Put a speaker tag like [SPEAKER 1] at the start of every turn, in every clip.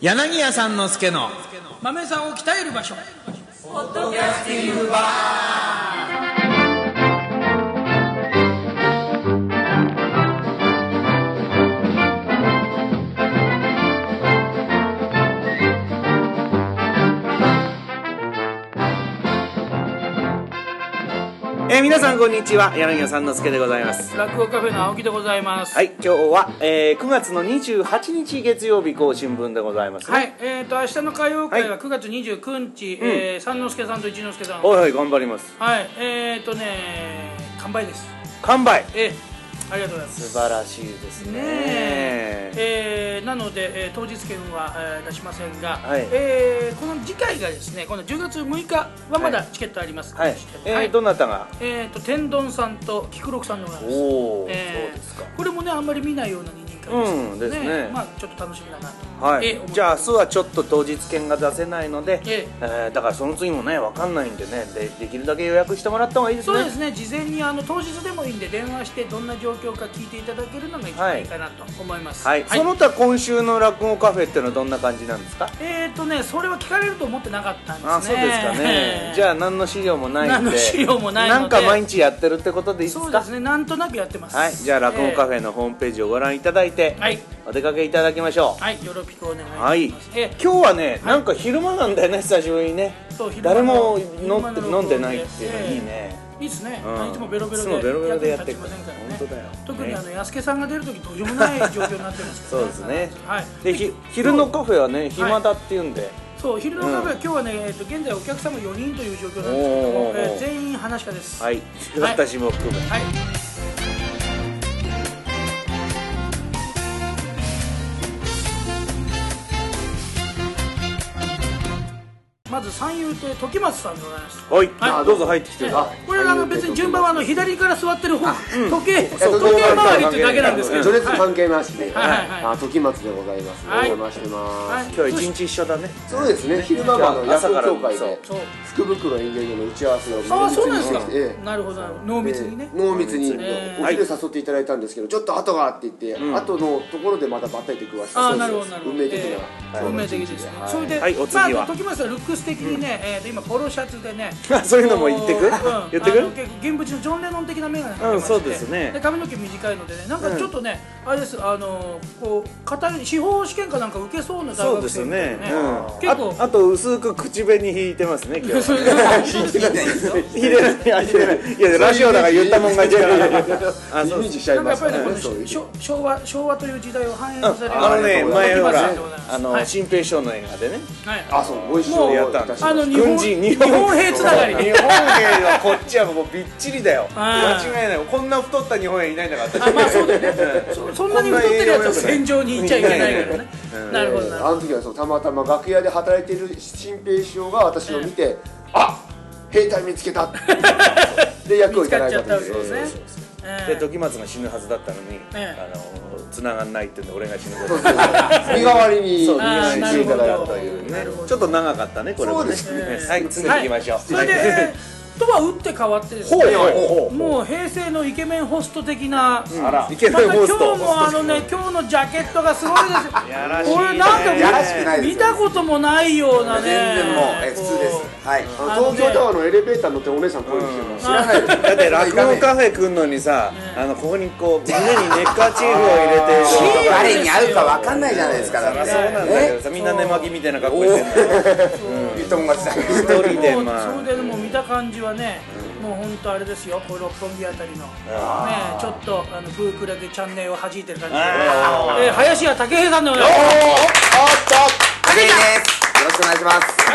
[SPEAKER 1] 柳家さんの助の
[SPEAKER 2] 豆さんを鍛える場所
[SPEAKER 3] えー皆さんこんにちは柳家三之助でございます
[SPEAKER 2] 落語カフェの青木でございます
[SPEAKER 3] はい今日は、えー9月の28日月曜日更新分でございますね
[SPEAKER 2] はいえー、と明日の歌謡会
[SPEAKER 3] は
[SPEAKER 2] は9月29日、えー三之助さんと一之輔さん
[SPEAKER 3] おいおい頑張ります
[SPEAKER 2] はいえっ、ー、とね完売です
[SPEAKER 3] 完売
[SPEAKER 2] ええありがとうございます
[SPEAKER 3] 素晴らしいですね
[SPEAKER 2] ねええーなので、えー当日券は、えー出しませんが、
[SPEAKER 3] はい
[SPEAKER 2] えーこの次回がですねこの10月6日はまだチケットあります、
[SPEAKER 3] はい、えー
[SPEAKER 2] はい
[SPEAKER 3] どなたが
[SPEAKER 2] えーと天丼さんと菊六さんでございます
[SPEAKER 3] おお、
[SPEAKER 2] えー
[SPEAKER 3] そうですか
[SPEAKER 2] これもねあんまり見ないような二人会です
[SPEAKER 3] うんですね
[SPEAKER 2] まあちょっと楽しみだなと
[SPEAKER 3] は
[SPEAKER 2] えー
[SPEAKER 3] い
[SPEAKER 2] 思っ、て
[SPEAKER 3] じゃあ明日はちょっと当日券が出せないので、
[SPEAKER 2] え
[SPEAKER 3] えーだからその次もね分かんないんでねでできるだけ予約してもらった方がいいです
[SPEAKER 2] そ
[SPEAKER 3] ね
[SPEAKER 2] うですね事前にあの当日でもいいんで電話してどんな状況か聞いていただけるのが一番いいかなと思います
[SPEAKER 3] はい、その他今週の落語カフェっていうのはどんな感じなんですか
[SPEAKER 2] えーとねそれは聞かれると思ってなかったんですね
[SPEAKER 3] あそうですかねじゃあ何の資料もないんで
[SPEAKER 2] 何の資料もないので
[SPEAKER 3] んか毎日やってるってことでいいですか
[SPEAKER 2] そうですねなんとなくやってます
[SPEAKER 3] はい、じゃあ落語カフ
[SPEAKER 2] ェ、
[SPEAKER 3] ェのホームページをご覧いただいて、
[SPEAKER 2] はい
[SPEAKER 3] お出かけいただきましょう
[SPEAKER 2] はいよろしくお願いします、
[SPEAKER 3] はい、
[SPEAKER 2] え
[SPEAKER 3] 今日はね、なんか昼間なんだよね久しぶりにね
[SPEAKER 2] そう昼間
[SPEAKER 3] 誰も
[SPEAKER 2] 昼
[SPEAKER 3] 飲
[SPEAKER 2] 間
[SPEAKER 3] ん
[SPEAKER 2] の
[SPEAKER 3] で
[SPEAKER 2] 録
[SPEAKER 3] 飲
[SPEAKER 2] 音
[SPEAKER 3] ん
[SPEAKER 2] で
[SPEAKER 3] でないっていうのいいね、
[SPEAKER 2] いいですね、
[SPEAKER 3] うん
[SPEAKER 2] いつもベロベロ
[SPEAKER 3] いつ
[SPEAKER 2] で
[SPEAKER 3] もベロベロでやって
[SPEAKER 2] 役
[SPEAKER 3] く
[SPEAKER 2] に
[SPEAKER 3] る
[SPEAKER 2] 立ちませんからね
[SPEAKER 3] 本当だよ
[SPEAKER 2] 特にあの
[SPEAKER 3] ね
[SPEAKER 2] 安助さんが出るときどうしようもない状況になってますか
[SPEAKER 3] そう
[SPEAKER 2] ら、
[SPEAKER 3] ですね、
[SPEAKER 2] はい
[SPEAKER 3] でひ昼のカフェはね暇だっていうんで、
[SPEAKER 2] そう昼のカフェは今日はね、えっと現在お客様4人という状況なんですけども
[SPEAKER 3] お、ー
[SPEAKER 2] えー全員話し家です
[SPEAKER 3] はい、私も含め、
[SPEAKER 2] はいまず三遊亭時松さんでございます
[SPEAKER 3] はい、
[SPEAKER 2] はい
[SPEAKER 3] あどうぞ入ってきて、あ
[SPEAKER 2] これあの別に順番はあの左から座ってる方、時計時計
[SPEAKER 4] そう
[SPEAKER 2] 回りっていうだけなんですけど
[SPEAKER 4] 序列関係なしで、
[SPEAKER 2] はいはいはい
[SPEAKER 4] あ時松でございます。お
[SPEAKER 2] はい
[SPEAKER 4] 邪魔してま
[SPEAKER 2] はい
[SPEAKER 4] す。
[SPEAKER 3] 今日は一日一緒だね
[SPEAKER 4] そうですね。昼間はあの
[SPEAKER 3] じゃあ
[SPEAKER 4] 夜
[SPEAKER 3] 朝から
[SPEAKER 4] 行協会
[SPEAKER 3] そう
[SPEAKER 4] で
[SPEAKER 2] そう
[SPEAKER 4] 福袋演芸の打ち合わせを密に
[SPEAKER 2] ああそうなんですか、
[SPEAKER 4] ええ
[SPEAKER 2] なるほどなるほど濃密にね、
[SPEAKER 4] ええ濃密に
[SPEAKER 2] ええ
[SPEAKER 4] お昼誘っていただいたんですけど、ちょっと後がって言って、後のところでまたばったりと食わして、
[SPEAKER 2] ああ
[SPEAKER 4] そう
[SPEAKER 2] なるほ
[SPEAKER 4] で
[SPEAKER 2] ど
[SPEAKER 4] す
[SPEAKER 2] なるほど
[SPEAKER 4] 運命的
[SPEAKER 2] ええ
[SPEAKER 4] な
[SPEAKER 2] 運命的ですね、それで、
[SPEAKER 3] はいお次は
[SPEAKER 2] まあ、時松はルックス的にね、えーと今ポロシャツでね
[SPEAKER 3] そういうのも言ってく
[SPEAKER 2] こううん
[SPEAKER 3] 言ってく
[SPEAKER 2] あの結構現物のジョン・レノン的な眼鏡
[SPEAKER 3] うんそうですね
[SPEAKER 2] 髪の毛短いのでねなんかちょっとね、あれですあのこう片い司法試験かなんか受けそうな大
[SPEAKER 3] そう
[SPEAKER 2] 学
[SPEAKER 3] で
[SPEAKER 2] 生
[SPEAKER 3] す
[SPEAKER 2] みたい
[SPEAKER 3] ね
[SPEAKER 2] な、
[SPEAKER 3] うん、
[SPEAKER 2] 結構
[SPEAKER 3] ああと薄く口紅引いてますね今日
[SPEAKER 2] そ
[SPEAKER 3] は
[SPEAKER 2] ういう引いてないですよ
[SPEAKER 3] 引いてない引いてないいやラジオだから言ったもん勝ちだ からあ
[SPEAKER 4] イメ
[SPEAKER 3] そう
[SPEAKER 4] ー
[SPEAKER 3] です
[SPEAKER 4] ジしちゃい
[SPEAKER 2] なんか
[SPEAKER 4] ま
[SPEAKER 2] やっ
[SPEAKER 4] す
[SPEAKER 2] ぱり
[SPEAKER 4] ね
[SPEAKER 2] ね、こ。
[SPEAKER 4] そうい
[SPEAKER 2] の
[SPEAKER 4] う
[SPEAKER 2] しょ昭和昭和という時代を反映される
[SPEAKER 3] あのね前ほら
[SPEAKER 2] 時松
[SPEAKER 3] あの、
[SPEAKER 2] はい
[SPEAKER 3] 新平師匠の映画でね
[SPEAKER 2] はい
[SPEAKER 4] あ、そう、ご一
[SPEAKER 2] も
[SPEAKER 4] 緒
[SPEAKER 2] う
[SPEAKER 3] やったんですよ
[SPEAKER 2] あの日本
[SPEAKER 3] 軍人
[SPEAKER 2] 日本兵つながり
[SPEAKER 3] 日
[SPEAKER 2] ね
[SPEAKER 3] 本兵はこっちはもうびっちりだよ
[SPEAKER 2] あ
[SPEAKER 3] 間
[SPEAKER 2] ー
[SPEAKER 3] 違いないこんな太った日本兵いないんだから私
[SPEAKER 2] あまあそうだよね そそんなに太ってるやつは戦場に行っちゃいけないからねなるほどなる
[SPEAKER 4] あの時はそうたまたま楽屋で働いてる新平師匠が私を見て、あ兵隊見つけたって
[SPEAKER 3] で
[SPEAKER 2] ほど見つかっちゃったわけですね
[SPEAKER 4] で役をいただいたという
[SPEAKER 2] ええ
[SPEAKER 3] 時松が死ぬはずだったのに、
[SPEAKER 2] ええ
[SPEAKER 3] あの繋がんないってんで俺が死ぬこ
[SPEAKER 4] そう
[SPEAKER 3] と
[SPEAKER 4] そうそう身代わりに
[SPEAKER 3] そう
[SPEAKER 2] あー
[SPEAKER 4] していただいたと
[SPEAKER 2] なる
[SPEAKER 4] い
[SPEAKER 2] ほ
[SPEAKER 4] う
[SPEAKER 2] ど
[SPEAKER 3] ね
[SPEAKER 2] るほど
[SPEAKER 3] ちょっと長かったねこれもね
[SPEAKER 4] そうで
[SPEAKER 3] ねはい次行きましょう、
[SPEAKER 2] それでえーとは打って変わってですね
[SPEAKER 3] ほうほうほう
[SPEAKER 2] もう平成のイケメンホスト的な
[SPEAKER 3] あら
[SPEAKER 4] イ
[SPEAKER 3] イ
[SPEAKER 4] ケ
[SPEAKER 3] ケメ
[SPEAKER 4] メ
[SPEAKER 2] ま
[SPEAKER 3] ン
[SPEAKER 2] た
[SPEAKER 3] ホ
[SPEAKER 2] 今
[SPEAKER 3] スト
[SPEAKER 2] 日もあの ね今日のジャケットがすごいですよ
[SPEAKER 3] やらしいね
[SPEAKER 2] これなんかもう
[SPEAKER 4] やらしくないですよ
[SPEAKER 2] 見たこともないようなね
[SPEAKER 5] 全然もうえ普通ですはい
[SPEAKER 4] あの東京タワーのエレベーター乗ってお姉さん声してるの知らない
[SPEAKER 3] だって落語カフェ来んのにさ、あのここにこう胸にネッカーチーフを入れてる人
[SPEAKER 2] ー
[SPEAKER 3] とか
[SPEAKER 5] 誰に会うか分かんないじゃないですかだ
[SPEAKER 3] そ
[SPEAKER 5] っ
[SPEAKER 3] り
[SPEAKER 5] て
[SPEAKER 3] ゃそうなんだけどさみんな寝巻きみたいな格好してんだよ
[SPEAKER 5] 言ったもん勝ちだ
[SPEAKER 3] 一人でま
[SPEAKER 2] もう
[SPEAKER 3] あ
[SPEAKER 2] それでもう見た感じはね、もう本当あれですよこれ六本木あたりの、ね、ちょっとあのブークラでチャンネルを弾いてる感じで、
[SPEAKER 3] あ
[SPEAKER 2] えー、林家武平さんでございます
[SPEAKER 5] 武井ですよろしくお願いします
[SPEAKER 2] 武ちゃん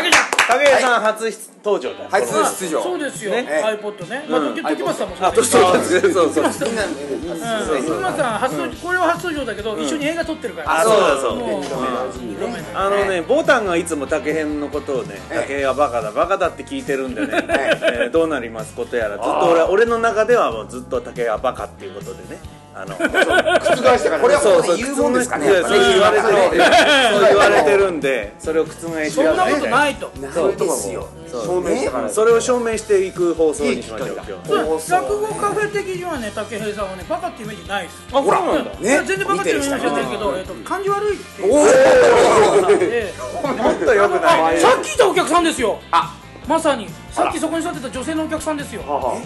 [SPEAKER 3] 影井さん初登場だよ、
[SPEAKER 5] はい
[SPEAKER 3] こ
[SPEAKER 5] 初出場
[SPEAKER 2] そうですよ、
[SPEAKER 3] ね
[SPEAKER 2] iPod ね、まあ、時時松さんもそう
[SPEAKER 3] のあ
[SPEAKER 2] で
[SPEAKER 3] と
[SPEAKER 2] す
[SPEAKER 3] そうなんですねそうそう
[SPEAKER 5] みんなね
[SPEAKER 2] うん時松さん初登場これは初登場だけど、一緒に映画撮ってるから
[SPEAKER 3] あそうだそう
[SPEAKER 2] もう二度目
[SPEAKER 3] あのね、ボタンがいつも竹編のことをね、
[SPEAKER 5] ええ
[SPEAKER 3] 竹編はバカだ、バカだって聞いてるんでね、
[SPEAKER 5] え
[SPEAKER 3] えーどうなりますことやら、ずっと俺は俺の中ではもうずっと竹編はバカっていうことでね、あの、
[SPEAKER 4] 覆したから
[SPEAKER 5] これは
[SPEAKER 3] そう
[SPEAKER 5] 本
[SPEAKER 3] そ
[SPEAKER 5] 当
[SPEAKER 3] う
[SPEAKER 5] に言うもんですかね
[SPEAKER 3] い
[SPEAKER 5] や
[SPEAKER 3] や
[SPEAKER 5] っぱ
[SPEAKER 3] そ
[SPEAKER 5] ね
[SPEAKER 3] う言われてる、そう言われて
[SPEAKER 5] る
[SPEAKER 3] るんで、それを覆し。
[SPEAKER 2] そんなことないいと
[SPEAKER 5] そうですよ
[SPEAKER 4] 証明したから
[SPEAKER 3] それを証明していく放送にしましょう今日。
[SPEAKER 2] そう落語カフェ的にはね武平さんはねバカってイメージないです
[SPEAKER 3] あ、そうなんだ。
[SPEAKER 2] いや全然バカってイメージじゃないですけど、えっと、感じ悪いっていう
[SPEAKER 5] おお
[SPEAKER 2] え
[SPEAKER 3] よくない
[SPEAKER 2] あ
[SPEAKER 3] ね
[SPEAKER 2] さっきいたお客さんですよ
[SPEAKER 5] あ
[SPEAKER 2] まさにさっきそこに座ってた女性のお客さんですよ
[SPEAKER 4] はは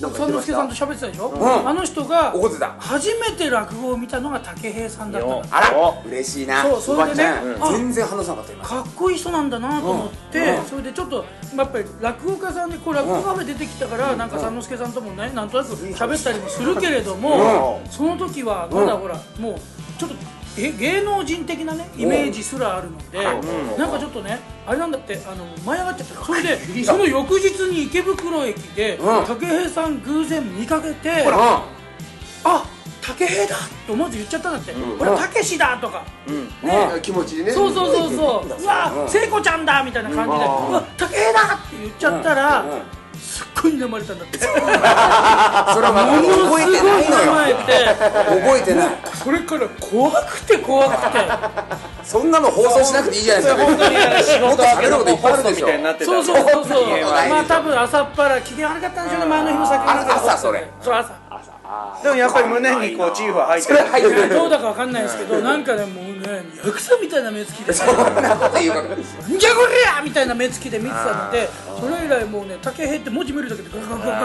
[SPEAKER 4] なんか言
[SPEAKER 2] 三
[SPEAKER 4] って
[SPEAKER 2] 之
[SPEAKER 4] ま
[SPEAKER 2] 助さんと喋っ
[SPEAKER 4] した
[SPEAKER 2] てたでしょ、
[SPEAKER 5] ん
[SPEAKER 2] あの人が
[SPEAKER 5] 怒ってた
[SPEAKER 2] 初めて落語を見たのが武平さんだったんだ
[SPEAKER 5] あら
[SPEAKER 4] お
[SPEAKER 5] 嬉しいな
[SPEAKER 2] そうそれでね
[SPEAKER 5] おばあちゃん
[SPEAKER 2] うんあ
[SPEAKER 5] 全然話さなかった今
[SPEAKER 2] かっこいい人なんだなと思って、
[SPEAKER 5] うんうん
[SPEAKER 2] それでちょっとやっぱり落語家さんでこう落語カフェ出てきたから、なんか三之助さんともねなんとなく喋ったりもするけれども、その時はまだほら、もうちょっとえ芸能人的なねイメージすらあるので、なんかちょっとねあれなんだってあの舞い上がっちゃったそれでその翌日に池袋駅で、
[SPEAKER 5] ん
[SPEAKER 2] 武平さん偶然見かけて、
[SPEAKER 5] う
[SPEAKER 2] あ武平だと思わず言っちゃったんだって、ほらたけしだとか。
[SPEAKER 4] ね気持ちでね
[SPEAKER 2] そうそうそうそうう、
[SPEAKER 5] ん
[SPEAKER 2] うわ、聖子ちゃんだみたいな感じで、う
[SPEAKER 5] うん
[SPEAKER 2] わ、竹江だって言っちゃったら
[SPEAKER 5] うんうん、
[SPEAKER 2] すっごい睨まれたんだって。も
[SPEAKER 5] んそれはまだ
[SPEAKER 2] のすご
[SPEAKER 5] 覚
[SPEAKER 2] い
[SPEAKER 5] えてないの
[SPEAKER 2] 睨まれ
[SPEAKER 5] よ
[SPEAKER 2] て、
[SPEAKER 5] 覚えてない
[SPEAKER 2] それから怖くて怖くて。
[SPEAKER 5] そんなの放送しなくていいじゃないですか
[SPEAKER 3] 本当にあれ仕
[SPEAKER 5] もっ
[SPEAKER 3] 事
[SPEAKER 5] と
[SPEAKER 3] だけ
[SPEAKER 5] 喋る
[SPEAKER 3] の
[SPEAKER 5] こといっぱいあるでしょ
[SPEAKER 3] みたいになってた
[SPEAKER 2] そうそうそうそう
[SPEAKER 3] 家、は
[SPEAKER 2] まあ、多分朝っぱら機嫌悪かったんでしょうね、前の日も酒飲んで
[SPEAKER 5] あ朝それ
[SPEAKER 2] そう、朝。
[SPEAKER 3] でもやっぱり胸にこうチーフは入ってる
[SPEAKER 5] それ入ってる
[SPEAKER 2] どうだかわかんないですけど、なんかね、もうね、役者みたいな目つきで。
[SPEAKER 5] そんなこと言うから
[SPEAKER 2] なんじゃこりゃみたいな目つきで見てたのでそれ以来もうね竹平って文字見るだけでガガガガガ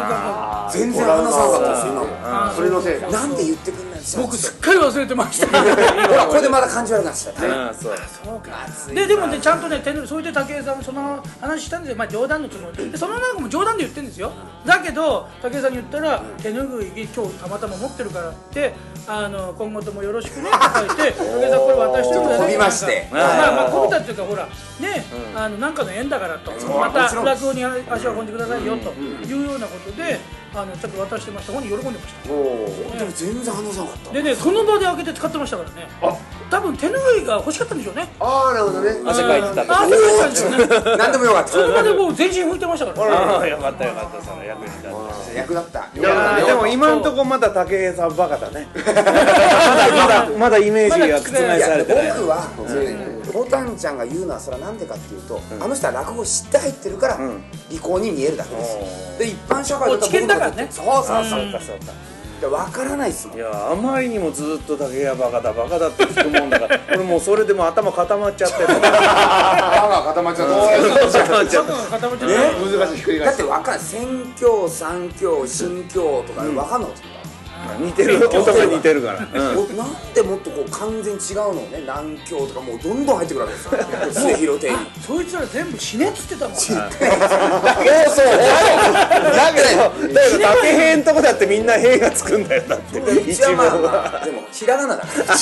[SPEAKER 2] ガ
[SPEAKER 5] 全然話さなかったです今も
[SPEAKER 2] あー
[SPEAKER 4] それのせいだ
[SPEAKER 5] なんで言ってくんないんですか
[SPEAKER 2] 僕すっかり忘れてました
[SPEAKER 5] ほらこれでまだ感じ悪くなっちゃった
[SPEAKER 3] うんそう
[SPEAKER 2] そうかででもねちゃんとね手ぬそれで武井さんその話したんですよ、まあ、冗談のつもりでそのなんかも冗談で言ってるんですよだけど武井さんに言ったら手ぬぐい今日たまたま持ってるからってあの今後ともよろしくねって言って 武井さんこれ渡してくだ
[SPEAKER 5] ちょっと
[SPEAKER 2] さい
[SPEAKER 5] 飛びまして
[SPEAKER 2] なんかまあまあこびたっていうかほらね、あのなんかの縁だからとまた
[SPEAKER 5] もちろん
[SPEAKER 2] 落語に足を運んでくださいよというようなことであのちょっと渡してました本人喜んでました
[SPEAKER 5] でも全然話さなかった
[SPEAKER 2] でねその場で開けて使ってましたからね多分手ぬぐいが欲しかったんでしょうね
[SPEAKER 4] ああなるほどね
[SPEAKER 3] 汗かいてたと
[SPEAKER 2] あ汗かいてたんですよね
[SPEAKER 5] 何でもよかった
[SPEAKER 2] その場でもう全身拭いてましたからね
[SPEAKER 3] ああよかったよかったその役に立った
[SPEAKER 5] 役立った
[SPEAKER 3] いやーでも今んとこまだ武井さんバカだね まだまだまだイメージが覆
[SPEAKER 5] い
[SPEAKER 3] さ
[SPEAKER 5] や
[SPEAKER 3] れ
[SPEAKER 5] 僕
[SPEAKER 3] てない
[SPEAKER 5] はボタンちゃんが言うのはそれはなんでかっていうと、あの人は落語を知って入ってるから、
[SPEAKER 3] ん
[SPEAKER 5] 利口に見えるだけですよ
[SPEAKER 3] お
[SPEAKER 5] で一般社会だった
[SPEAKER 2] 落研だからね
[SPEAKER 5] 僕のことそうそうそう、
[SPEAKER 2] うん
[SPEAKER 5] そうかそうか分からないっすもん
[SPEAKER 3] いやーあまりにもずっと武井はバカだバカだって聞くもんだから俺もうそれでもう頭固まっちゃってる
[SPEAKER 4] 歯が固まっちゃった
[SPEAKER 3] 固まっちゃっ
[SPEAKER 2] 角が固まっちゃった
[SPEAKER 4] 難しいひっくり返
[SPEAKER 5] だっ
[SPEAKER 4] してて
[SPEAKER 5] 分からない宣教三教新教とか分かんなかった、
[SPEAKER 3] て似て る音が似てるからうん
[SPEAKER 5] おなんでもっとこう完全に違うのをね南京とかもうどんどん入ってくるわけですよ末広亭に
[SPEAKER 2] そいつら全部死ねっつってたも ん
[SPEAKER 5] そうそう
[SPEAKER 3] だけどだけど竹兵んとこだってみんな兵がつくんだよだって
[SPEAKER 5] う
[SPEAKER 3] 一
[SPEAKER 5] ちは
[SPEAKER 3] 望
[SPEAKER 5] まあ
[SPEAKER 3] が
[SPEAKER 5] まあでもひらがなだから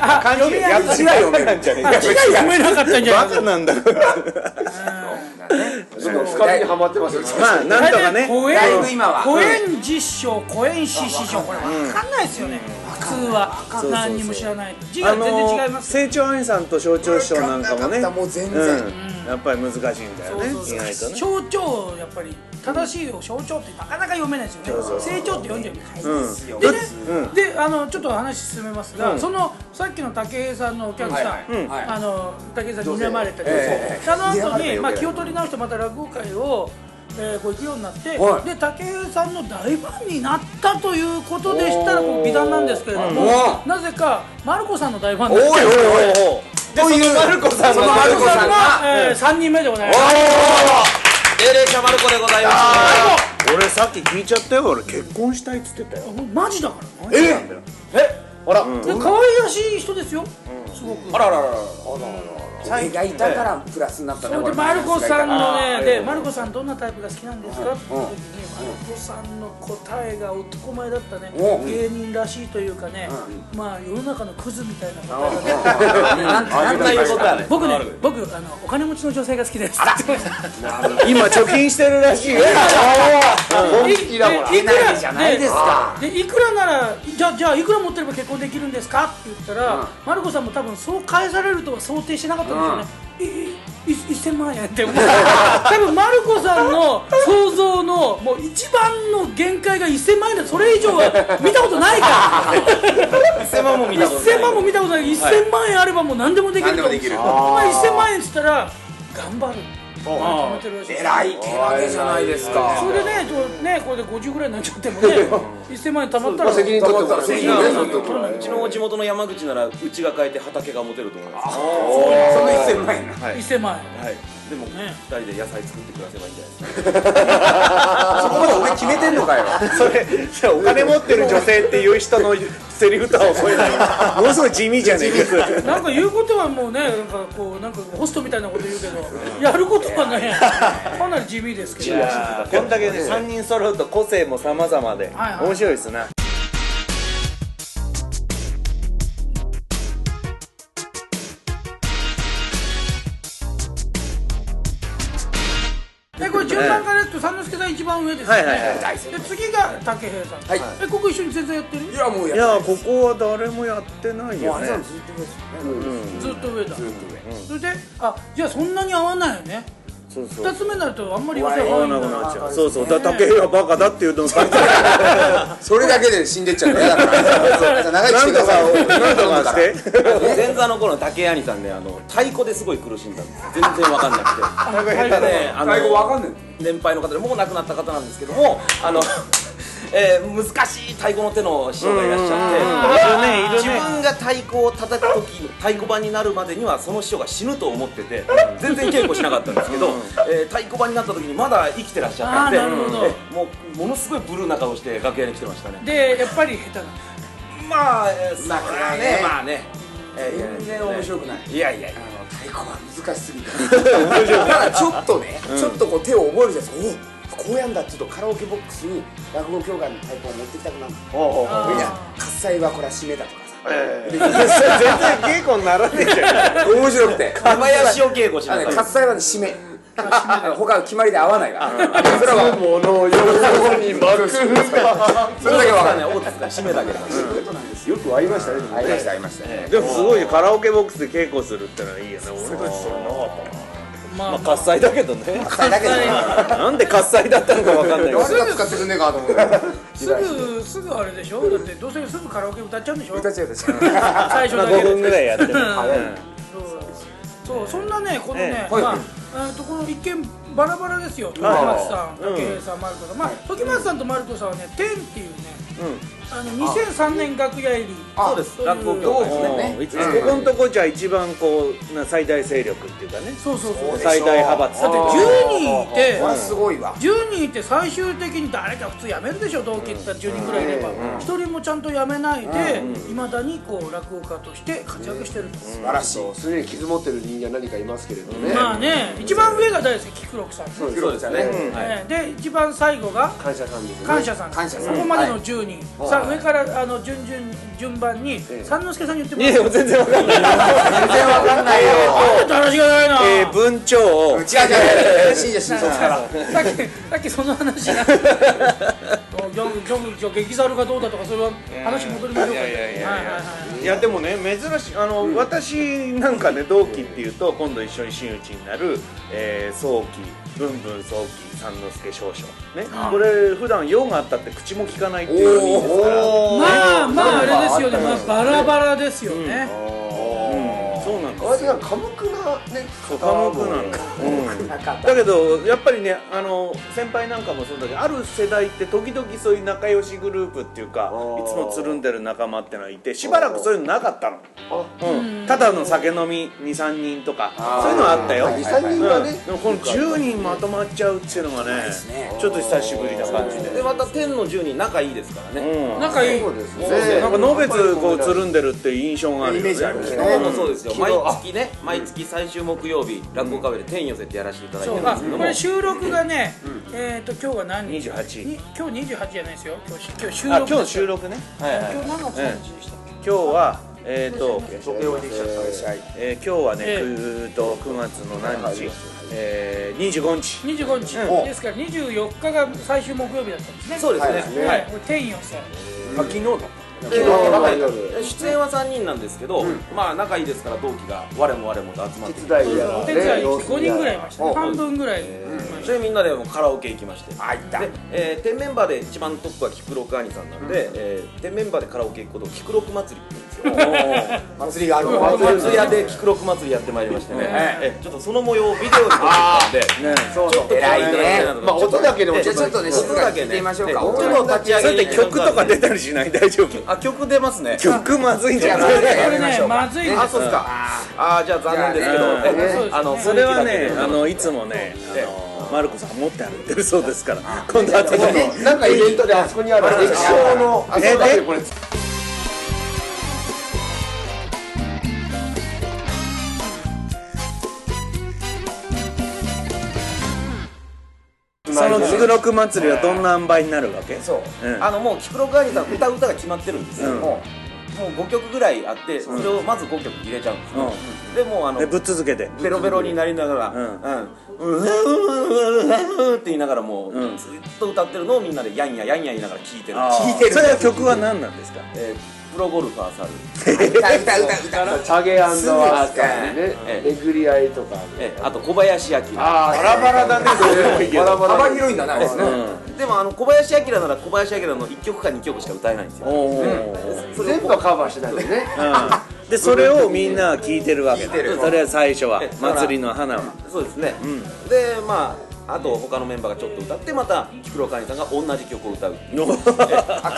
[SPEAKER 2] あ読めなか
[SPEAKER 5] やっ
[SPEAKER 2] っ
[SPEAKER 5] ぱ字は読める
[SPEAKER 3] じゃね
[SPEAKER 2] た字が読めなかったんじ
[SPEAKER 3] え
[SPEAKER 2] ゃ
[SPEAKER 3] バ
[SPEAKER 2] ない
[SPEAKER 3] カなんだから
[SPEAKER 4] どんどん深みにはまってますよ
[SPEAKER 3] まあなんとかね
[SPEAKER 2] 公
[SPEAKER 5] だいぶ今は
[SPEAKER 2] 公演実証公演師師匠これ分かんないですよね普通は
[SPEAKER 3] んない
[SPEAKER 2] 何にも知らないと字
[SPEAKER 3] あ
[SPEAKER 2] が
[SPEAKER 3] の
[SPEAKER 2] 全然違いますよ
[SPEAKER 3] 成長兄さんと象徴師匠なんかもね
[SPEAKER 5] わかんなかったもう全然
[SPEAKER 3] うんやっぱり難しいんだよね意外とね
[SPEAKER 2] 象徴をやっぱり正しいを象徴ってなかなか読めないですよね成長って読んじゃう
[SPEAKER 5] ですよ
[SPEAKER 2] でね
[SPEAKER 3] うん
[SPEAKER 2] であのちょっと話進めますが、
[SPEAKER 3] うん
[SPEAKER 2] そのさっきの武井さんのお客
[SPEAKER 5] はい
[SPEAKER 2] さ
[SPEAKER 5] はい
[SPEAKER 2] ん、
[SPEAKER 5] うんはい
[SPEAKER 2] あの武井さんに睨まれたり、
[SPEAKER 5] ええ
[SPEAKER 2] その
[SPEAKER 5] 睨ま
[SPEAKER 2] 後
[SPEAKER 5] れた
[SPEAKER 2] に、
[SPEAKER 5] よ
[SPEAKER 2] まあ、気を取り直してまた落語会を、えーこう行くようになって、
[SPEAKER 5] はい
[SPEAKER 2] で武井さんの大ファンになったということでしたらこの美談なんですけれども、なぜかマルコさんの大ファン
[SPEAKER 5] おい
[SPEAKER 2] で
[SPEAKER 5] おいおい
[SPEAKER 3] でそのマルコさん
[SPEAKER 5] その
[SPEAKER 3] が
[SPEAKER 5] マルコさん
[SPEAKER 2] が、えー、3人目でございます
[SPEAKER 5] エレーシャマルコでございます
[SPEAKER 3] 俺さっき聞いちゃったよ俺結婚したいっつってたよ
[SPEAKER 2] マジだからね
[SPEAKER 3] ええ
[SPEAKER 4] あら
[SPEAKER 2] で可愛らしい人ですよ、すごく
[SPEAKER 5] あらあらあらあら俺がいたからプラスになったね
[SPEAKER 2] それでマルコさんのねでマルコさんどんなタイプが好きなんですかって時にマルコさんの答えが男前だったね
[SPEAKER 5] お
[SPEAKER 2] 芸人らしいというかねまあ世の中のクズみたいな答えがね
[SPEAKER 5] なんなんていうことだね
[SPEAKER 2] 僕ね僕あのお金持ちの女性が好きです
[SPEAKER 3] 今貯金してるらしいよ
[SPEAKER 4] 本気だもん
[SPEAKER 2] でい
[SPEAKER 5] え
[SPEAKER 2] く
[SPEAKER 5] な
[SPEAKER 2] ら
[SPEAKER 5] いじゃないですか
[SPEAKER 2] でいくらならじゃあじゃあいくら持ってれば結婚できるんですかって言ったら、マルコさんも多分そう返されるとは想定してなかったんですよね、ええい1000万円って思う多分マルコさんの想像のもう一番の限界が1000万円だそれ以上は見たことないから
[SPEAKER 3] 1000万も見たことない
[SPEAKER 2] 1000万も見たことない1000万円あればもう何でもできると思う
[SPEAKER 5] 何でもできる
[SPEAKER 2] お前1000万円っつったら頑張るって思ってるらしいです
[SPEAKER 5] 偉い手投げじゃないですか
[SPEAKER 2] それでね、こうね、これで50ぐらいになっちゃってもね、1000万円貯まった
[SPEAKER 4] まあ
[SPEAKER 2] ら、
[SPEAKER 4] 責任取ってたら責任ねその時は
[SPEAKER 1] うちの地元の山口ならうちが変えて畑が持てると思います
[SPEAKER 5] その1000万万円な
[SPEAKER 3] はいはい
[SPEAKER 2] 1000万
[SPEAKER 3] でも
[SPEAKER 2] ね
[SPEAKER 3] 二人で野菜作ってくだせばいいんじゃないですか
[SPEAKER 5] そこまで俺決めてんのかよ
[SPEAKER 3] それじゃあお金持ってる女性っていう人のセリフとは思えない ものすごい地味じゃねえか
[SPEAKER 2] 円なんか言うことはもうねなんかこうなんかホストみたいなこと言うけど、やることはねかなり地味ですけど
[SPEAKER 3] いや ーこんだけね3人揃うと個性も様々で
[SPEAKER 2] はいはい
[SPEAKER 3] 面白いですな
[SPEAKER 2] えこれ順番からやると三之助さん一番上ですよ
[SPEAKER 3] は
[SPEAKER 2] ね、
[SPEAKER 3] いはいはい
[SPEAKER 2] で次が竹平さん、
[SPEAKER 5] はい
[SPEAKER 2] えここ一緒に全然やってる
[SPEAKER 5] いやもう
[SPEAKER 3] い
[SPEAKER 5] や
[SPEAKER 3] やーここは誰もやってない
[SPEAKER 5] もう
[SPEAKER 3] よ
[SPEAKER 5] あれ
[SPEAKER 3] ね
[SPEAKER 5] さんずっと上ですよね
[SPEAKER 2] ずっと上だ
[SPEAKER 5] ずっと上
[SPEAKER 2] それであじゃあそんなに合わないよね
[SPEAKER 3] そうそう
[SPEAKER 2] 二つ目になるとあんまり寄せ合
[SPEAKER 5] 合
[SPEAKER 3] 合
[SPEAKER 2] わ
[SPEAKER 3] わない
[SPEAKER 2] な
[SPEAKER 3] く
[SPEAKER 2] んだ
[SPEAKER 3] なっちゃ
[SPEAKER 5] ね
[SPEAKER 3] うそうそうだ竹平はバカだっていうのを感じ て
[SPEAKER 5] それだけで死んでっちゃうねだから長生きし
[SPEAKER 3] 何
[SPEAKER 5] てくだ
[SPEAKER 3] と
[SPEAKER 5] さ
[SPEAKER 3] か
[SPEAKER 5] い
[SPEAKER 3] 何とかして
[SPEAKER 1] 前座の頃の竹谷さんねあの太鼓ですごい苦しんだんです全然わかんなくて
[SPEAKER 2] あ
[SPEAKER 3] 竹
[SPEAKER 2] はい
[SPEAKER 3] 平だ
[SPEAKER 1] ねあの
[SPEAKER 5] 最後わかんない
[SPEAKER 1] 年配の方でもう亡くなった方なんですけども あの、えー難しい太鼓の手の師匠がいらっしゃって自分が太鼓を叩く時の太鼓判になるまでにはその師匠が死ぬと思ってて全然稽古しなかったんですけど、えー太鼓判になった時にまだ生きてらっしゃったんで
[SPEAKER 2] あーなるほど
[SPEAKER 1] えーもうものすごいブルーな顔して楽屋に来てましたね
[SPEAKER 2] でやっぱり下手だ
[SPEAKER 1] まあ、えー、それ
[SPEAKER 5] まあ
[SPEAKER 1] はねまあね
[SPEAKER 5] 全然面白くない
[SPEAKER 1] いやいやいや
[SPEAKER 5] あの太鼓は難しすぎるだからちょっとね、ちょっとこう手を覚えるじゃないですかおこうやんだって言うとカラオケボックスに落語協会の太鼓を持ってきたくなる
[SPEAKER 3] おうおうおう
[SPEAKER 5] みんな
[SPEAKER 2] あ
[SPEAKER 5] 「喝采はこれは締めだ」とか
[SPEAKER 3] 全然稽古にならねえじゃん
[SPEAKER 5] さ面白くて
[SPEAKER 1] 小林を稽古し
[SPEAKER 5] あ
[SPEAKER 1] な
[SPEAKER 5] のね
[SPEAKER 1] さい
[SPEAKER 5] 喝采はね締め他は決まりで合わないからそれは
[SPEAKER 4] 物を用に巻
[SPEAKER 5] それだけは分かんない
[SPEAKER 1] 大津が締めだけだ
[SPEAKER 4] くよく合いましたねでも
[SPEAKER 5] 合い
[SPEAKER 4] ね
[SPEAKER 5] ました合いました
[SPEAKER 3] でもすごいよカラオケボックスで稽古するってのはいいよね俺たちそれなかったな
[SPEAKER 2] ーまあ、
[SPEAKER 1] まあ、喝采だけどね
[SPEAKER 5] 喝采だけで
[SPEAKER 1] なんで喝采だったのかわかんないけど
[SPEAKER 5] 俺が使ってくんねえかと思って
[SPEAKER 2] すぐすぐあれでしょだってどうせすぐカラオケ歌っちゃうんでしょ
[SPEAKER 5] 歌っちゃう歌っちゃう
[SPEAKER 2] 最初
[SPEAKER 3] まあ5
[SPEAKER 2] だけ
[SPEAKER 3] 分ぐ
[SPEAKER 2] で
[SPEAKER 3] らいやってる
[SPEAKER 5] 早い
[SPEAKER 2] そうそうそんなねこの
[SPEAKER 3] え
[SPEAKER 2] ね、
[SPEAKER 5] はい
[SPEAKER 2] まあえーとこの一見バラバラですよ時松さん武井さんマルコさんまあ時松さんとマルコさんはね「天」っていうねあの2003年楽屋入り
[SPEAKER 5] あ
[SPEAKER 2] という
[SPEAKER 1] 落語協会
[SPEAKER 5] そうね
[SPEAKER 3] うんいつここのとこじゃあ一番こうな最大勢力っていうかね
[SPEAKER 2] そうそうそう
[SPEAKER 5] そうで
[SPEAKER 3] 最大派閥
[SPEAKER 2] だって10人いて
[SPEAKER 5] これはすごいわ
[SPEAKER 2] 10人いて最終的に誰か普通辞めるでしょ同期って言ったら10人ぐらいいれば1人もちゃんと辞めないでいまだにこう落語家として活躍してるんです
[SPEAKER 5] 素晴らしい
[SPEAKER 4] すでに傷持ってる人間は何かいますけれどね
[SPEAKER 2] まあね一番上が誰ですか菊六さんね
[SPEAKER 5] そうですよね
[SPEAKER 2] えーで一番最後が
[SPEAKER 4] 感謝さんですよ
[SPEAKER 2] 感
[SPEAKER 4] ね
[SPEAKER 2] 謝さん
[SPEAKER 5] 感謝さん
[SPEAKER 2] ここまでの10人、
[SPEAKER 4] はい
[SPEAKER 2] さあ
[SPEAKER 4] は
[SPEAKER 2] 上
[SPEAKER 4] い
[SPEAKER 2] からあの順々順番に、三之助さんに言っても
[SPEAKER 3] い
[SPEAKER 2] ら
[SPEAKER 3] や
[SPEAKER 2] っ
[SPEAKER 3] い
[SPEAKER 2] て
[SPEAKER 3] や全然わかんない
[SPEAKER 5] 全然わかんないよ
[SPEAKER 2] 話がないな、
[SPEAKER 3] えー文鳥を
[SPEAKER 5] 違う違う違うしいじゃしいじゃ
[SPEAKER 2] さっきさっきその話がジョンジョンジョン激ザルがどうだとかそういう話戻りましょ
[SPEAKER 3] い
[SPEAKER 2] うか
[SPEAKER 3] やいやいやいや
[SPEAKER 2] はいはいはい
[SPEAKER 3] いやでもね珍しいあの、私なんかね同期っていうと今度一緒に真打ちになる、えー、早期ブンブン早期三之助少々ねこれ普段用があったって口も利かないっていう人ですから
[SPEAKER 2] まあまああれですよね、まあ、バラバラですよね、
[SPEAKER 3] うんそうなんです
[SPEAKER 4] 私なんか寡黙なね
[SPEAKER 3] そう寡黙なの、うんだけどやっぱりねあの先輩なんかもそうだけどある世代って時々そういう仲良しグループっていうかい
[SPEAKER 4] ー
[SPEAKER 3] つもつるんでる仲間ってのはいてしばらくそういうのなかったの
[SPEAKER 4] あ、
[SPEAKER 3] うん、ただの酒飲み23人とか
[SPEAKER 5] あー
[SPEAKER 3] そういうのはあったよ、
[SPEAKER 4] まあ、
[SPEAKER 5] い
[SPEAKER 4] 2、
[SPEAKER 5] はい
[SPEAKER 4] 3人
[SPEAKER 3] う
[SPEAKER 4] は
[SPEAKER 3] ん、
[SPEAKER 4] ね、
[SPEAKER 3] でもこの10人まとまっちゃうっていうのがね
[SPEAKER 5] すね
[SPEAKER 3] ちょっと久しぶりな感じで、
[SPEAKER 1] でまた天の十人仲いいですからね、
[SPEAKER 3] うん、なんか
[SPEAKER 2] 仲いい
[SPEAKER 4] そうですね
[SPEAKER 3] のべつこうつるんでるっていう印象があるよね
[SPEAKER 5] イメージありますね
[SPEAKER 1] 昨日もそうですよ毎
[SPEAKER 5] 昨日
[SPEAKER 1] 月ね毎月最終木曜日落語カフェで天寄せってやらせていただいて
[SPEAKER 2] そう
[SPEAKER 1] るんで
[SPEAKER 2] あ
[SPEAKER 1] すけど
[SPEAKER 2] こ
[SPEAKER 1] も
[SPEAKER 2] れ収録がね、えっ、と今日が何日
[SPEAKER 3] 28
[SPEAKER 2] に今日28じゃないですよ今日今日収
[SPEAKER 3] あ
[SPEAKER 2] 録
[SPEAKER 3] 今日収録ね
[SPEAKER 1] はいはい
[SPEAKER 2] 今日何月何日でしたっけ
[SPEAKER 3] 今日はえっ、と、
[SPEAKER 5] 時計置いてきちゃった
[SPEAKER 3] えー、今日はね、
[SPEAKER 2] ええ
[SPEAKER 3] くーっと9月の何日、えー、25日
[SPEAKER 2] 25日、
[SPEAKER 3] う
[SPEAKER 2] ですから24日が最終木曜日だったんですね
[SPEAKER 1] そう
[SPEAKER 2] で
[SPEAKER 1] ですね、
[SPEAKER 5] はい
[SPEAKER 2] すね、これ天予選
[SPEAKER 5] 昨日だ
[SPEAKER 1] で
[SPEAKER 4] 昨日の
[SPEAKER 1] はい
[SPEAKER 4] 夜
[SPEAKER 1] 出演は3人なんですけど、まあ仲いいですから同期が我も我もと集まって
[SPEAKER 4] 手伝いやら
[SPEAKER 2] お手伝い
[SPEAKER 4] 様
[SPEAKER 2] に来
[SPEAKER 4] 子
[SPEAKER 2] て5人
[SPEAKER 4] 見やら
[SPEAKER 2] ぐらいいましたね
[SPEAKER 5] お
[SPEAKER 2] 半分ぐらい、
[SPEAKER 1] それでみんなでもうカラオケ行きまして
[SPEAKER 5] あいった
[SPEAKER 1] で、えー、天メンバーで一番トップは菊六兄さんなんで、えー、天メンバーでカラオケ行くことを菊六祭りって言うんですよ
[SPEAKER 5] 祭りがある
[SPEAKER 1] お
[SPEAKER 5] わ
[SPEAKER 1] 祭り屋で菊六祭りやってまいりましてね、えーちょっとその模様をビデオで撮ってきたんで
[SPEAKER 5] そうそう
[SPEAKER 1] 偉
[SPEAKER 5] 偉いね
[SPEAKER 4] まあ音だけでも
[SPEAKER 5] じゃあちょっとね静かに聞いてみましょうか
[SPEAKER 1] ちょっと立ち 上げ
[SPEAKER 3] それって曲とか出たりしない大丈夫
[SPEAKER 1] あ曲出ますね
[SPEAKER 3] 曲まずいんじゃない
[SPEAKER 2] これねまずいです
[SPEAKER 1] あそうっすかあーじゃあ残念ですけど
[SPEAKER 3] じゃあ
[SPEAKER 2] ね
[SPEAKER 1] え
[SPEAKER 2] そうですね
[SPEAKER 1] あの
[SPEAKER 2] そ
[SPEAKER 3] それはね
[SPEAKER 1] 雰囲気だけで
[SPEAKER 3] あのいつもねあ
[SPEAKER 1] え
[SPEAKER 3] のマルコさん持って歩いてるそうですから今度はちょっと
[SPEAKER 4] えなんかイベントであそこにある液晶のあそこだけこれ
[SPEAKER 3] その菊六祭りはどんな塩梅になるわけ
[SPEAKER 1] そう、
[SPEAKER 3] うん
[SPEAKER 1] あのもうキプロクアニさん歌う歌が決まってるんですよ、
[SPEAKER 3] うん
[SPEAKER 1] もうもう5曲ぐらいあってそれをまず5曲入れちゃうんですよ、でもうあの
[SPEAKER 3] でぶっ続けて
[SPEAKER 1] ベロベロになりながら、うん、うん、うん、うん、うんって言いながらもう、
[SPEAKER 3] うん
[SPEAKER 1] ずっと歌ってるのをみんなでやんややんや言いながら聞いてる、
[SPEAKER 3] 聞いてるそれは曲は何なんですか
[SPEAKER 1] えープロゴルファー猿、
[SPEAKER 5] 歌歌歌歌
[SPEAKER 4] チャゲアンドアーカーね
[SPEAKER 1] ええ
[SPEAKER 4] えぐり合いとか
[SPEAKER 1] えーあと小林明
[SPEAKER 4] あバラバラだねどれもいいけど バラバ
[SPEAKER 5] 幅
[SPEAKER 4] ラ
[SPEAKER 5] 広いんだなあれね
[SPEAKER 1] でもあの小林明なら小林明の1曲か2曲しか歌えないんですよ
[SPEAKER 3] お
[SPEAKER 1] それを
[SPEAKER 4] 全部はカバーしてないんだよね
[SPEAKER 3] でそれをみんな聞いてるわけだ
[SPEAKER 5] 聞いてる
[SPEAKER 3] それは最初は
[SPEAKER 1] えだから
[SPEAKER 3] 祭りの花は
[SPEAKER 1] そうですね、でまああと他のメンバーがちょっと歌ってまたキプロカニさんが同じ曲を歌う
[SPEAKER 5] あ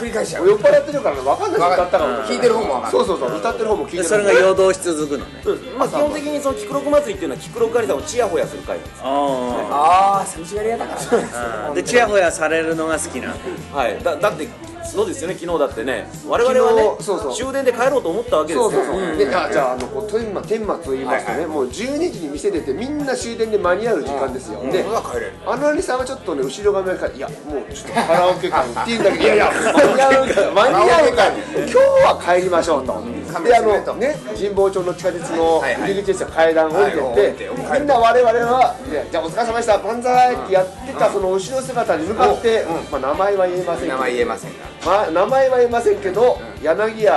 [SPEAKER 5] 繰り返しちゃう
[SPEAKER 4] 酔っ払ってるから分かんないです歌ったかも
[SPEAKER 5] 聞いてる方もわかんない
[SPEAKER 4] そうそうそう歌ってる方も聞いて
[SPEAKER 3] で
[SPEAKER 4] る
[SPEAKER 3] それが夜通し続くのね
[SPEAKER 1] そうですまあ基本的にそのキクロク祭りっていうのはキクロクアニさんをチヤホヤする会なんですよ
[SPEAKER 3] あ
[SPEAKER 5] ああ寂しがり屋だから
[SPEAKER 3] あ
[SPEAKER 5] ね
[SPEAKER 3] でチヤホヤされるのが好きな
[SPEAKER 1] はいだだってそうですよね昨日だってね我々は
[SPEAKER 4] 昨
[SPEAKER 1] ね
[SPEAKER 4] 日そうそう
[SPEAKER 1] 終電で帰ろうと思ったわけです
[SPEAKER 4] そ
[SPEAKER 1] よ
[SPEAKER 4] うそうそうであじゃああのこう天末天末と言いますとねもう12時に店出てみんな終電で間に合う時間ですよで
[SPEAKER 5] それは帰れる
[SPEAKER 4] あの兄さんはちょっとね後ろ髪からいやもうちょっとカラオケ館行っていいんだけどいやいや間に合うから間に合うから今日は帰りましょうと
[SPEAKER 5] 勘弁
[SPEAKER 4] で
[SPEAKER 5] し
[SPEAKER 4] あ
[SPEAKER 5] てくれと
[SPEAKER 4] のね神保町の地下鉄の
[SPEAKER 5] はいはい
[SPEAKER 4] 入り口ですよ階段降り
[SPEAKER 5] はい
[SPEAKER 4] てって
[SPEAKER 5] 降りて
[SPEAKER 4] みんな我々はいやじゃあお疲れ様でした万歳ってやってたその後ろ姿に向かってまあ名前は言えませんけ
[SPEAKER 5] 名
[SPEAKER 4] ど
[SPEAKER 5] 前言えませんが
[SPEAKER 4] まあ、名前は言いませんけど、柳家、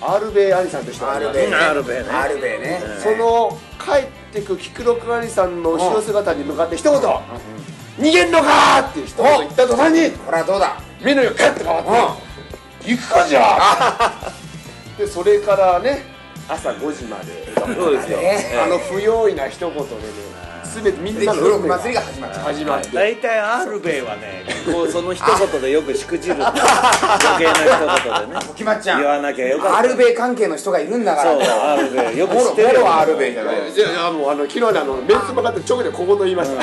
[SPEAKER 4] アルベイ兄さんとして
[SPEAKER 5] アルベイね
[SPEAKER 3] アルベイね
[SPEAKER 5] アルベイね
[SPEAKER 4] その帰ってく菊六兄さんの後ろ姿に向かって一言、逃げんのかーって一言言った途端に
[SPEAKER 5] ほらどうだ
[SPEAKER 4] 目の色カッと変わって、行くかじゃー でそれからね朝5時まで
[SPEAKER 1] そうですよ
[SPEAKER 5] ね
[SPEAKER 4] あの不用意な一言でね全てみん
[SPEAKER 5] で
[SPEAKER 4] なの
[SPEAKER 5] 黒
[SPEAKER 4] 運
[SPEAKER 5] く
[SPEAKER 4] 命が
[SPEAKER 5] 祭りが始まった
[SPEAKER 4] 始まって
[SPEAKER 3] 大体アルベイはねこうその一言でよくしくじるんだよ余計な一言でね
[SPEAKER 5] 決まっち
[SPEAKER 3] 言
[SPEAKER 5] ゃう
[SPEAKER 3] わなきゃよか
[SPEAKER 5] ア
[SPEAKER 3] った
[SPEAKER 5] ルベイ関係の人がいるんだか
[SPEAKER 3] そう
[SPEAKER 5] ら
[SPEAKER 3] アルベイよく
[SPEAKER 5] モロ
[SPEAKER 3] 知ってる
[SPEAKER 5] モロ
[SPEAKER 3] よ
[SPEAKER 5] はアルベイじゃない
[SPEAKER 4] いやいやもうあの昨日ねあのメンツもかって直で小言言いました、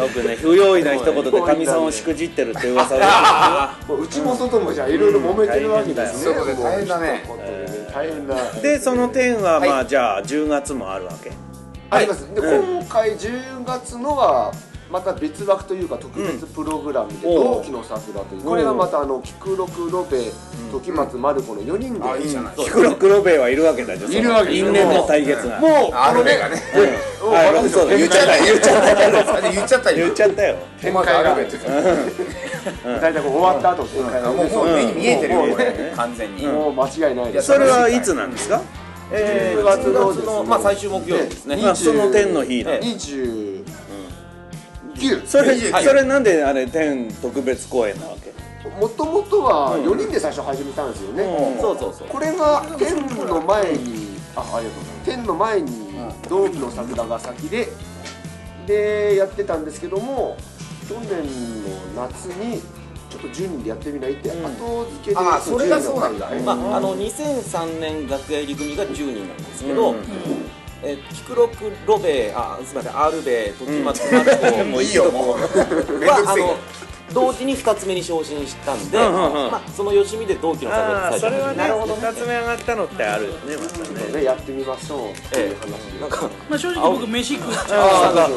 [SPEAKER 3] よくね不用意な一言でかみさんをしくじってるって噂が
[SPEAKER 4] もううちも外もじゃあいろいろ揉めてるわけです
[SPEAKER 5] そう
[SPEAKER 4] ね
[SPEAKER 5] いうことで大変だね
[SPEAKER 4] もうね大変な
[SPEAKER 3] でその点はまあじゃあ10月もあるわけ
[SPEAKER 4] ありますで今回10月のはまた別枠というか特別プログラムで「
[SPEAKER 3] うん
[SPEAKER 4] 同期の桜」というこれがまたあの菊六ロベ時松マルコの4人
[SPEAKER 5] あいいじゃ
[SPEAKER 4] で
[SPEAKER 5] ない
[SPEAKER 3] ヒクロクロベイはいるわけだじゃん
[SPEAKER 4] いるわけです
[SPEAKER 3] 因縁の対決が
[SPEAKER 4] もう
[SPEAKER 5] ア
[SPEAKER 4] あ
[SPEAKER 5] ル
[SPEAKER 4] の
[SPEAKER 5] ベイ
[SPEAKER 4] ね
[SPEAKER 5] がね
[SPEAKER 4] うん
[SPEAKER 3] はい
[SPEAKER 4] 笑うでしょ
[SPEAKER 3] そうだ言っちゃった言っちゃった
[SPEAKER 5] だって言っちゃった
[SPEAKER 3] 言
[SPEAKER 5] よ
[SPEAKER 3] っちゃったよ
[SPEAKER 4] 展
[SPEAKER 5] ま
[SPEAKER 4] 開
[SPEAKER 5] だア
[SPEAKER 4] が
[SPEAKER 5] ルベイって言って
[SPEAKER 4] 大体こう終わった後展開
[SPEAKER 5] た
[SPEAKER 4] が
[SPEAKER 5] もうもう目に見えてるよ
[SPEAKER 4] もう
[SPEAKER 5] これ
[SPEAKER 3] ね
[SPEAKER 5] 完全に
[SPEAKER 4] もう間違いないです
[SPEAKER 3] それはいつなんですか
[SPEAKER 1] え
[SPEAKER 4] 10
[SPEAKER 1] ー
[SPEAKER 4] 月の
[SPEAKER 1] 10月のまあ最終木曜日ですね
[SPEAKER 4] ね
[SPEAKER 3] まあその点の日だ
[SPEAKER 1] え
[SPEAKER 4] 29
[SPEAKER 3] それ
[SPEAKER 5] 29
[SPEAKER 3] それなんであれ天特別公演なわけ
[SPEAKER 4] もともとは4人で最初始めたんですよね、
[SPEAKER 1] そうそうそう
[SPEAKER 4] これが天の前にあありがとうございます天の前に同期の桜が先ででやってたんですけども去年の夏にちょっと10人でやってみないって後付けで、
[SPEAKER 5] ああそれがそうなんだ
[SPEAKER 4] 10人
[SPEAKER 1] ま
[SPEAKER 4] の
[SPEAKER 1] あ、あの2003年楽屋入り組が10人なんですけど、えーキクロクロベあすみませんアルベ時松マルコ、
[SPEAKER 3] もういいよもう
[SPEAKER 1] はあの同時に2つ目に昇進したんで、
[SPEAKER 3] うんうんうん
[SPEAKER 1] まあ、その吉見で同期の
[SPEAKER 3] あ
[SPEAKER 1] 作
[SPEAKER 3] あそ
[SPEAKER 1] 業
[SPEAKER 3] れはね
[SPEAKER 1] ね
[SPEAKER 3] 2つ目上がったのってあるよねまたね
[SPEAKER 4] 前でやってみましょうっていう話で、
[SPEAKER 1] なんか
[SPEAKER 2] まあ正直僕飯食っちゃう
[SPEAKER 1] さんが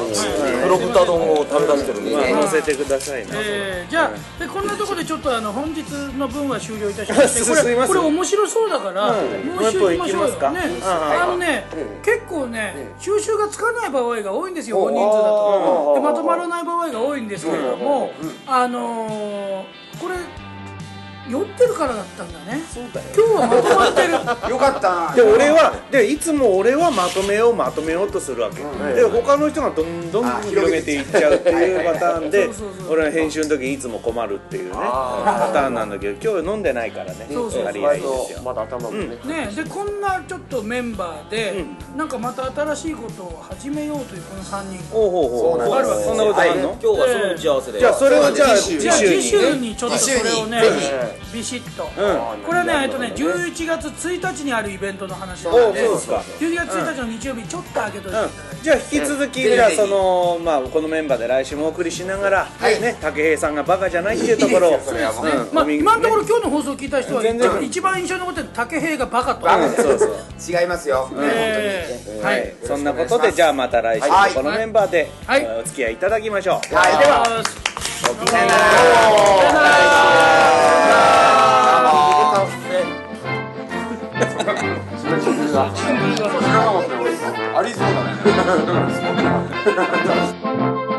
[SPEAKER 1] 黒豚丼を食べ出してるんで、
[SPEAKER 3] まあ乗せてくださいな
[SPEAKER 2] えーじゃあでこんなところでちょっとあの本日の分は終了いたしまして
[SPEAKER 3] す
[SPEAKER 2] こ
[SPEAKER 3] すい
[SPEAKER 2] れ
[SPEAKER 3] ませ
[SPEAKER 2] こ
[SPEAKER 3] ん
[SPEAKER 2] れ面白そうだから、
[SPEAKER 3] うん
[SPEAKER 2] もう一周行きましょう
[SPEAKER 3] もう一本行きます
[SPEAKER 2] よ
[SPEAKER 3] か
[SPEAKER 2] ね
[SPEAKER 3] うん
[SPEAKER 2] あのね、結構ね、収集がつかない場合が多いんですよ大人数だと
[SPEAKER 4] おー
[SPEAKER 2] でまとまらない場合が多いんですけれども、あのーこれ酔ってるからだったんだね今日はまとまってる
[SPEAKER 5] よかった
[SPEAKER 3] で俺はでいつも俺はまとめようまとめようとするわけ、で他の人がどんどん
[SPEAKER 5] あ
[SPEAKER 3] 広げていっちゃうっていうパターンで
[SPEAKER 2] そうそうそう
[SPEAKER 3] 俺は編集の時いつも困るっていうねパターンなんだけど今日飲んでないからね
[SPEAKER 2] そうそうそう
[SPEAKER 3] ありがいいですよ
[SPEAKER 4] まだ頭もね、
[SPEAKER 2] ねでこんなちょっとメンバーで、なんかまた新しいことを始めようというこの3人
[SPEAKER 3] おうほうほう
[SPEAKER 5] そうなんです
[SPEAKER 3] そんなことあんの、
[SPEAKER 1] 今日はその打ち合わせで、
[SPEAKER 3] じゃあそれをじゃあ
[SPEAKER 5] そう
[SPEAKER 3] 次
[SPEAKER 2] じゃあ次
[SPEAKER 3] 週に
[SPEAKER 2] 週にちょっとそれをね
[SPEAKER 5] 次週にぜひ
[SPEAKER 4] え
[SPEAKER 2] ビシッと、
[SPEAKER 3] うん
[SPEAKER 2] これはねえっとね11月1日にあるイベントの話なん
[SPEAKER 3] おうそう
[SPEAKER 2] で
[SPEAKER 3] ですか
[SPEAKER 2] 11月1日の日曜日ちょっと開けといていただいて、
[SPEAKER 3] じゃあ引き続きじゃあそのまあこのメンバーで来週もお送りしながらね武平さんがバカじゃないっていうところ を
[SPEAKER 5] それはもう
[SPEAKER 3] うんお
[SPEAKER 2] まあ、
[SPEAKER 3] 耳に
[SPEAKER 2] 今のところ今日の放送を聞いた人は
[SPEAKER 3] 全然
[SPEAKER 2] 一番印象に残ってる竹平がバカと。
[SPEAKER 3] うんそうそう
[SPEAKER 5] 違いますよ、ね
[SPEAKER 2] えーはい
[SPEAKER 3] はいそんなことでじゃあまた来週もこのメンバーで
[SPEAKER 2] はい
[SPEAKER 3] お付き合いいただきましょう
[SPEAKER 5] 本当にはいでは
[SPEAKER 4] ありそうだね。